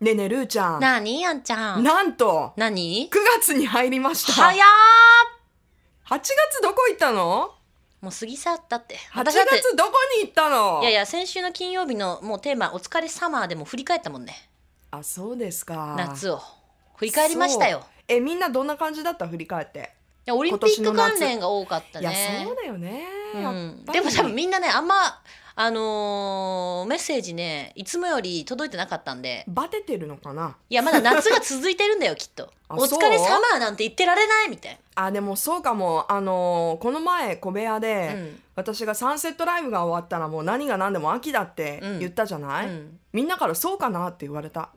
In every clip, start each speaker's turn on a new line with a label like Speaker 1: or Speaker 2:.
Speaker 1: ねえねえるーちゃん。
Speaker 2: なにやんちゃん。
Speaker 1: なんと、
Speaker 2: なに
Speaker 1: 9月に入りました。
Speaker 2: 早ー
Speaker 1: 8月どこ行ったの
Speaker 2: もう過ぎ去ったって。
Speaker 1: ?8
Speaker 2: 私だって、
Speaker 1: 月どこに行ったの
Speaker 2: いやいや、先週の金曜日のもうテーマ、お疲れサマーでも振り返ったもんね。
Speaker 1: あ、そうですか。
Speaker 2: 夏を。振り返りましたよ。
Speaker 1: え、みんなどんな感じだった振り返って。
Speaker 2: いや、オリンピック関連が多かった
Speaker 1: いや、そ
Speaker 2: ね
Speaker 1: う。だよね。
Speaker 2: う
Speaker 1: やっ
Speaker 2: ん、
Speaker 1: ぱ
Speaker 2: で
Speaker 1: り
Speaker 2: も多分みんなね、あんま、あのーメッセージね、いつもより届いてなかったんで、
Speaker 1: バテてるのかない
Speaker 2: や、まだ夏が続いてるんだよ、きっと。
Speaker 1: あ
Speaker 2: お疲れ
Speaker 1: そう
Speaker 2: サマーなんて言ってられないみたい
Speaker 1: あ、でもそうかも。あのーこの前、小部屋で
Speaker 2: な。、うん。
Speaker 1: 私がサンセットライブが終わったらもう何が何でも秋だって言ったじゃない、
Speaker 2: うん
Speaker 1: みんなからそうかなって言われた。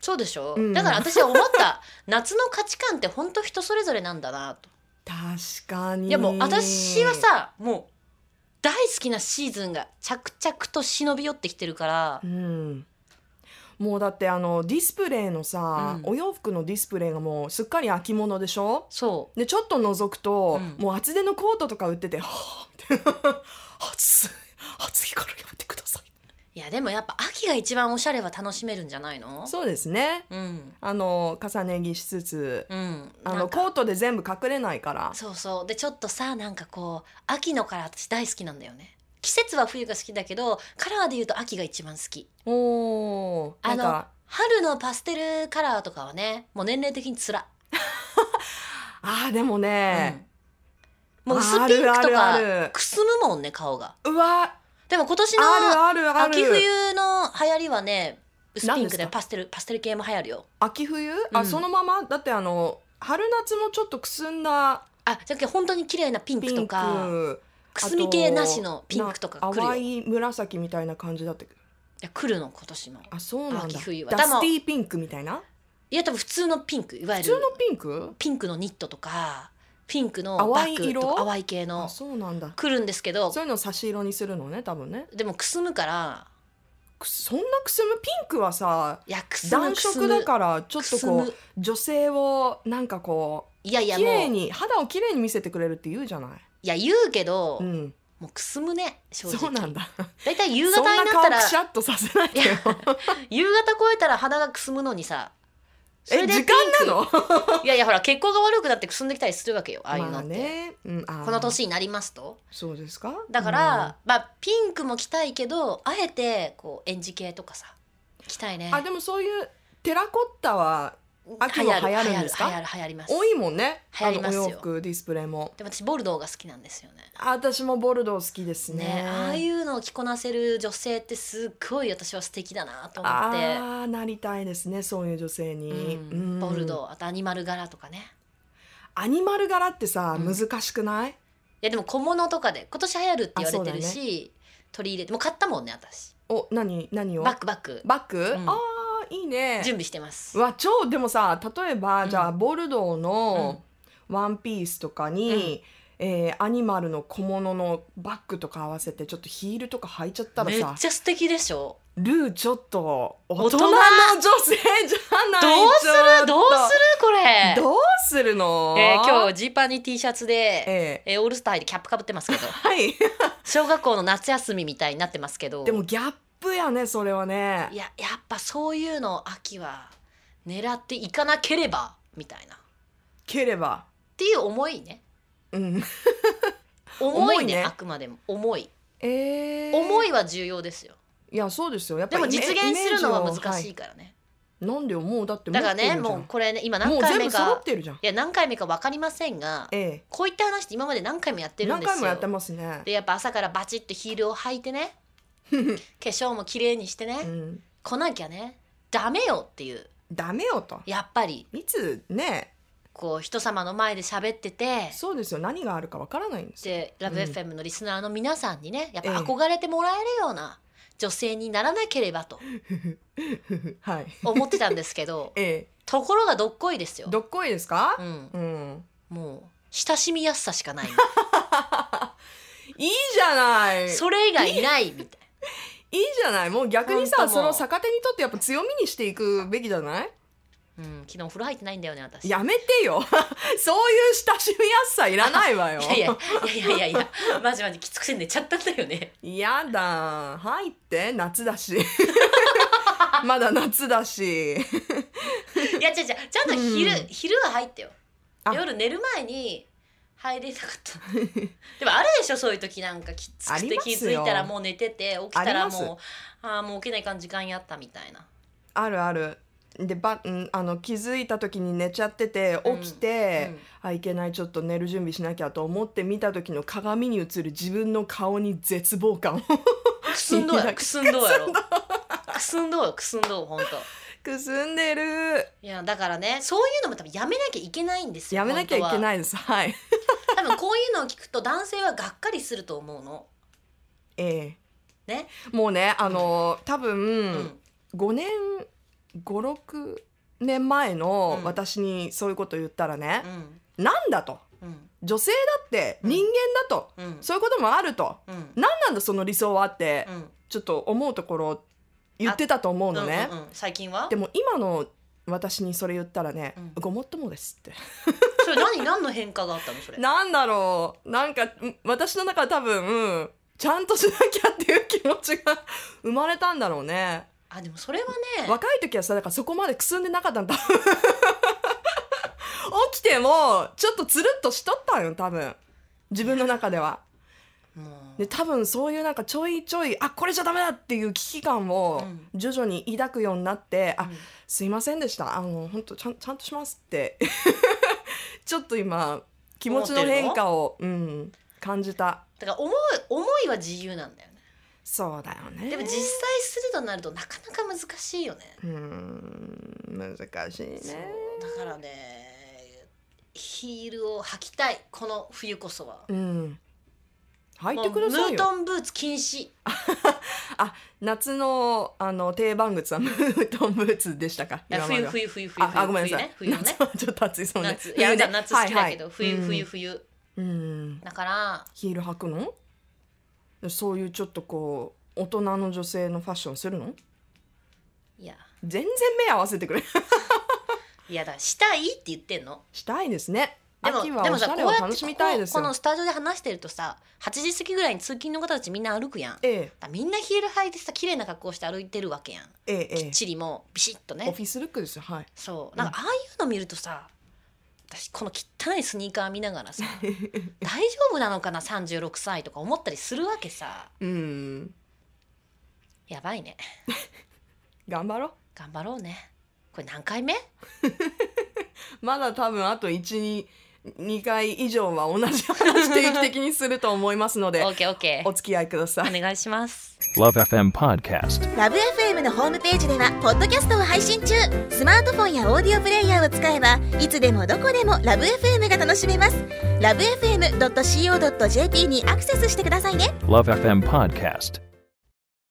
Speaker 2: そうでしょ、
Speaker 1: うん
Speaker 2: だから私は思った 夏の価値観って本当人それぞれなんだなと
Speaker 1: 確かに。
Speaker 2: いやもう私は、さもう大好きなシーズンが着々と忍び寄ってきてるから
Speaker 1: うん、もうだってあのディスプレイのさ、
Speaker 2: うん
Speaker 1: お洋服のディスプレイがもうすっかり秋物でしょ
Speaker 2: そ
Speaker 1: でちょっと覗くと、
Speaker 2: うん
Speaker 1: もう厚手のコートとか売ってて「はあ」って「暑い暑いからやめてください」
Speaker 2: ういやでもやっぱ秋が一番おしゃれは楽しめるんじゃないの
Speaker 1: そうですね
Speaker 2: うん
Speaker 1: あの重ね着しつつ、
Speaker 2: うん
Speaker 1: あ
Speaker 2: なん
Speaker 1: の
Speaker 2: か
Speaker 1: コートで全部隠れないから
Speaker 2: そうそうでちょっとさなんかこう秋のカラー私大好きなんだよね季節は冬が好きだけどカラーで言うと秋が一番好き
Speaker 1: おーな
Speaker 2: あ
Speaker 1: ん
Speaker 2: の
Speaker 1: か
Speaker 2: 春のパステルカラーとかはねもう年齢的につら
Speaker 1: あーでもね、
Speaker 2: もう薄ピンクとか
Speaker 1: あるあるある
Speaker 2: くすむもんね顔が
Speaker 1: うわ
Speaker 2: でも今年の
Speaker 1: あるあるある
Speaker 2: 秋冬の流行りはね薄ピン
Speaker 1: 何
Speaker 2: ク
Speaker 1: で
Speaker 2: です
Speaker 1: か
Speaker 2: パステルパステル系も流行るよ
Speaker 1: 秋冬、あ
Speaker 2: うん
Speaker 1: そのままだってあの春夏もちょっとくすんだ
Speaker 2: あじゃあ本当に綺麗なピン
Speaker 1: ピ
Speaker 2: クと
Speaker 1: ン
Speaker 2: か
Speaker 1: ク
Speaker 2: くすみ系なしのピンクとか
Speaker 1: な
Speaker 2: 来るよ
Speaker 1: 淡
Speaker 2: い
Speaker 1: い紫みたいな感じだったけど
Speaker 2: や来るの今年の
Speaker 1: あそうなんだ
Speaker 2: 秋冬は
Speaker 1: ダスティーピンクみたいない
Speaker 2: や多分普通のピンクいわ
Speaker 1: 普
Speaker 2: ゆ
Speaker 1: 通の
Speaker 2: る
Speaker 1: ピンク
Speaker 2: ピンクのニットとかピンクのバッグと
Speaker 1: 淡い色
Speaker 2: か淡い系
Speaker 1: あ
Speaker 2: の
Speaker 1: そうなんだ
Speaker 2: 来るんですけど
Speaker 1: そういうのを差し色にするのね多分ね
Speaker 2: でもくすむから
Speaker 1: くそんなくすむピンクはさ
Speaker 2: いやくすむ
Speaker 1: 暖
Speaker 2: くす
Speaker 1: 色
Speaker 2: む
Speaker 1: だからちょ
Speaker 2: く
Speaker 1: っと
Speaker 2: す
Speaker 1: こ
Speaker 2: む
Speaker 1: う女性をなんかこ
Speaker 2: いやいうや
Speaker 1: 綺麗
Speaker 2: もうい
Speaker 1: に肌を綺麗に見せてくれるって言うじゃない
Speaker 2: や言うけど、
Speaker 1: うん
Speaker 2: もうくすむね正直
Speaker 1: そうなんだ
Speaker 2: 大体夕
Speaker 1: そん
Speaker 2: 方
Speaker 1: な
Speaker 2: になった
Speaker 1: 顔
Speaker 2: ら
Speaker 1: くしゃっとさせないでよ
Speaker 2: 夕方超えたら鼻がくすむのにさそれ
Speaker 1: え
Speaker 2: で
Speaker 1: 時
Speaker 2: ピンク
Speaker 1: 間なの
Speaker 2: いやいやほら血行が悪くなってくすんできたりするわけよああいうの
Speaker 1: ま
Speaker 2: っ
Speaker 1: あ
Speaker 2: て、
Speaker 1: ね、うん、あー
Speaker 2: この年になりますと
Speaker 1: そうですか
Speaker 2: だから、まあピンクも着たいけどあえてこう演じ系とかさ着たいね
Speaker 1: うんあでもそういうテラコッタは秋
Speaker 2: 流
Speaker 1: も
Speaker 2: 行る
Speaker 1: 流行るんですか
Speaker 2: 流行る流行る流行ります
Speaker 1: 多いもんね
Speaker 2: 流行りますよ
Speaker 1: あのお洋服ディスプレイも
Speaker 2: でも私ボルドーが好きなんですよね
Speaker 1: あ私もボルドー好きですね
Speaker 2: ねああいうのを着こなせる女性ってすっごい私は素敵だなと思
Speaker 1: あ
Speaker 2: って。
Speaker 1: ーなりたいですねそういう女性
Speaker 2: う
Speaker 1: に、
Speaker 2: ん、ボル
Speaker 1: ー
Speaker 2: ドーあとアニマル柄とかね
Speaker 1: アニマル柄ってさ
Speaker 2: うん
Speaker 1: 難しくない、
Speaker 2: いやでも小物とかで今年流行るって言われてる
Speaker 1: あそう
Speaker 2: し、取り入れてもう買ったもんね私
Speaker 1: お何何を
Speaker 2: バックバック
Speaker 1: バッグ、
Speaker 2: うん
Speaker 1: あーいいね
Speaker 2: 準備してます
Speaker 1: うわ超でもさ例えば、
Speaker 2: うん
Speaker 1: じゃあボルドーのワンピースとかに、えーアニマルの小物のバッグとか合わせてちょっとヒールとか履いちゃったら
Speaker 2: めっ
Speaker 1: さ
Speaker 2: ちゃ素敵でしょ
Speaker 1: ルーちょっと大
Speaker 2: 大
Speaker 1: 人
Speaker 2: 人
Speaker 1: の女性じゃない
Speaker 2: どうする
Speaker 1: ち
Speaker 2: ど
Speaker 1: ょ
Speaker 2: う
Speaker 1: っと
Speaker 2: するこれ
Speaker 1: どうするの、
Speaker 2: えー今日ジーパンに T シャツで、
Speaker 1: ええ
Speaker 2: えーオールスターでキャップかぶっ てますけど
Speaker 1: はい
Speaker 2: 小学校の夏休みみたいになってますけど
Speaker 1: でもギャップやねそれはね
Speaker 2: いややっぱそういうのを秋は狙っていかなければみたいなっ
Speaker 1: ければ
Speaker 2: ていう思いね
Speaker 1: うん
Speaker 2: 思
Speaker 1: 重い
Speaker 2: いね
Speaker 1: ね
Speaker 2: あくまでも思い、
Speaker 1: えー、
Speaker 2: 思いは重要ですよ
Speaker 1: いやそうですよやっぱ
Speaker 2: でも
Speaker 1: イメ
Speaker 2: 実現するのは
Speaker 1: イメージを
Speaker 2: 難し
Speaker 1: はい
Speaker 2: からね、
Speaker 1: いなんでよもうだって持
Speaker 2: だから
Speaker 1: って
Speaker 2: ね
Speaker 1: るじゃん
Speaker 2: もうこれね今
Speaker 1: も
Speaker 2: 何
Speaker 1: う
Speaker 2: 回
Speaker 1: 全
Speaker 2: 目
Speaker 1: 部揃っ
Speaker 2: か
Speaker 1: てるじゃん
Speaker 2: いや何回目か分かりませんが
Speaker 1: え
Speaker 2: こういった話って今まで何回もやって
Speaker 1: え
Speaker 2: る
Speaker 1: 何
Speaker 2: んですよ
Speaker 1: 回もやってますね
Speaker 2: でやっぱ朝からバチッとヒールを履いてね化粧も綺麗にしてね、
Speaker 1: うん
Speaker 2: 来なきゃねダメよっていう
Speaker 1: ダメよと
Speaker 2: やっぱり
Speaker 1: いつね
Speaker 2: こう人様の前で喋ってて
Speaker 1: そうですよ何があるかわからないんですよ
Speaker 2: でラブ
Speaker 1: うん
Speaker 2: f m のリスナーの皆さんにねやっぱ
Speaker 1: ええ
Speaker 2: 憧れてもらえるような女性にならなければと
Speaker 1: はい
Speaker 2: 思ってたんですけど
Speaker 1: え
Speaker 2: ところがどっこいですよ
Speaker 1: え、どっこいですか
Speaker 2: うん、
Speaker 1: うん
Speaker 2: もう親しみやすさしか ない
Speaker 1: いいじゃない
Speaker 2: それ以外ないみたい
Speaker 1: いいじゃないもう逆に
Speaker 2: ほ
Speaker 1: さ
Speaker 2: んとも
Speaker 1: それを逆手にとってやっぱ強みにしていくべきじゃない
Speaker 2: な、うん、昨日お風呂入ってないんだよね私
Speaker 1: やめてよ そういう親しみやすさいらないわよ
Speaker 2: いやいやいやいや いやマジマジきつくて寝ちゃったんだよね
Speaker 1: やだ入って夏だし まだ夏だし
Speaker 2: いや違う違うちゃんと昼、
Speaker 1: うん
Speaker 2: 昼は入ってよ
Speaker 1: あ
Speaker 2: 夜寝る前に入れなかった でもあるでしょそういう時なんかきつ
Speaker 1: あ
Speaker 2: く
Speaker 1: り
Speaker 2: て
Speaker 1: ます
Speaker 2: 気
Speaker 1: よ
Speaker 2: づいたらもう寝てて起きた
Speaker 1: あ
Speaker 2: ら
Speaker 1: ります
Speaker 2: もうああーもう起きないかん時間やったみたいな
Speaker 1: あるあるでばんあの気づいた時に寝ちゃってて起きて、
Speaker 2: うん
Speaker 1: あいけないちょっと寝る準備しなきゃと思って見た時の鏡に映る自分の顔に絶望感を
Speaker 2: くすんどうやろくすんどうやろ
Speaker 1: く
Speaker 2: くすんどうよくすんどうほんと
Speaker 1: くすんでる
Speaker 2: いやだからねそういうのも多分やめなきゃいけないんですよ
Speaker 1: やめなきゃいけ
Speaker 2: い
Speaker 1: ないですはい
Speaker 2: 多分こういうのを聞くと男性はがっかりすると思うの
Speaker 1: ええ
Speaker 2: ね
Speaker 1: もうねあの多
Speaker 2: う
Speaker 1: 分、
Speaker 2: ん
Speaker 1: 5年56年前の
Speaker 2: うん
Speaker 1: 私にそういうこと言ったらね
Speaker 2: う、ん
Speaker 1: なんだと
Speaker 2: うん
Speaker 1: 女性だって人間だと、
Speaker 2: うん
Speaker 1: そういうこともあると
Speaker 2: うん
Speaker 1: 何なんだその理想はって、
Speaker 2: うん
Speaker 1: ちょっと思うところ言ってたと思うのね、
Speaker 2: うんうんうん最近は
Speaker 1: でも今の私にそれ言ったらね、
Speaker 2: うん
Speaker 1: ごもっともですって
Speaker 2: それ何何の変化があったのそれ
Speaker 1: なんだろうなんかうん私の中で多分、うんちゃんとしなきゃっていう気持ちが 生まれたんだろうね
Speaker 2: あでもそれはね
Speaker 1: 若い時はさだからそこまでくすんでなかったんだ起きてもちょっとつるっとしとったんよ多分自分の中では
Speaker 2: もう
Speaker 1: で多分そういうなんかちょいちょいあこれじゃダメだっていう危機感を
Speaker 2: うん
Speaker 1: 徐々に抱くようになって、あ
Speaker 2: うん
Speaker 1: すいませんでしたあの本当ちゃんちゃんとしますって ちょっと今気持ちの変化をうん感じた
Speaker 2: だから思い思いは自由なんだよね
Speaker 1: そうだよね
Speaker 2: でも実際するとなるとなかなか難しいよね
Speaker 1: うん難しい
Speaker 2: そう
Speaker 1: ね
Speaker 2: だからねヒールを履きたいこの冬こそは
Speaker 1: うん入って
Speaker 2: もう
Speaker 1: ください
Speaker 2: ムー
Speaker 1: よ
Speaker 2: トンブーツ禁止
Speaker 1: 夏のあの定番靴はム ートンブーツでしたか
Speaker 2: いや
Speaker 1: 今まで
Speaker 2: 冬
Speaker 1: は
Speaker 2: 冬冬冬
Speaker 1: ああごめんなさい、
Speaker 2: ね冬 ね
Speaker 1: 夏はちょっと暑いそうね
Speaker 2: 夏いや
Speaker 1: ね
Speaker 2: じゃあ夏好きだけど、
Speaker 1: はいはい
Speaker 2: 冬冬
Speaker 1: うん
Speaker 2: 冬、
Speaker 1: うん
Speaker 2: だから
Speaker 1: ヒール履くのそういうちょっとこう大人の女性のファッションするの
Speaker 2: いや
Speaker 1: 全然目合わせてくれ
Speaker 2: いやだしたいって言ってんの
Speaker 1: したいですね
Speaker 2: でも
Speaker 1: 秋は
Speaker 2: で
Speaker 1: お
Speaker 2: も
Speaker 1: し
Speaker 2: さ
Speaker 1: ゃれ
Speaker 2: こ
Speaker 1: を
Speaker 2: うやっ
Speaker 1: 楽
Speaker 2: て
Speaker 1: し
Speaker 2: こ
Speaker 1: みたいで
Speaker 2: こ
Speaker 1: す
Speaker 2: こ
Speaker 1: よ
Speaker 2: のスタジオで話してるとさ8時過ぎぐらいに通勤の方たちみんな歩くやんだか
Speaker 1: ええ
Speaker 2: らみんなヒール履いてさ綺麗な格好して歩いてるわけやん
Speaker 1: えええ
Speaker 2: チリもビシッと
Speaker 1: えオ
Speaker 2: ね
Speaker 1: フィスルックですよはい
Speaker 2: そうなんかああいうの見るとさ私この汚いスニーカー見なが らさ大丈夫なのかな36歳とか思ったりするわけさ
Speaker 1: うん
Speaker 2: やばいね
Speaker 1: 頑張ろう
Speaker 2: 頑張ろうねこれ何回目
Speaker 1: まだ多分あと12回以上は同じ 話定期的にすると思いますので
Speaker 2: ?OKOK
Speaker 1: お付き合いください
Speaker 2: お願いします
Speaker 3: Love FM Podcast.
Speaker 4: ラブ f m のホームページではポッドキャストを配信中スマートフォンやオーディオプレイヤーを使えばいつでもどこでもラブ f m が楽しめますラブ FM.co.jp にアクセスしてくださいね
Speaker 3: Love FM Podcast.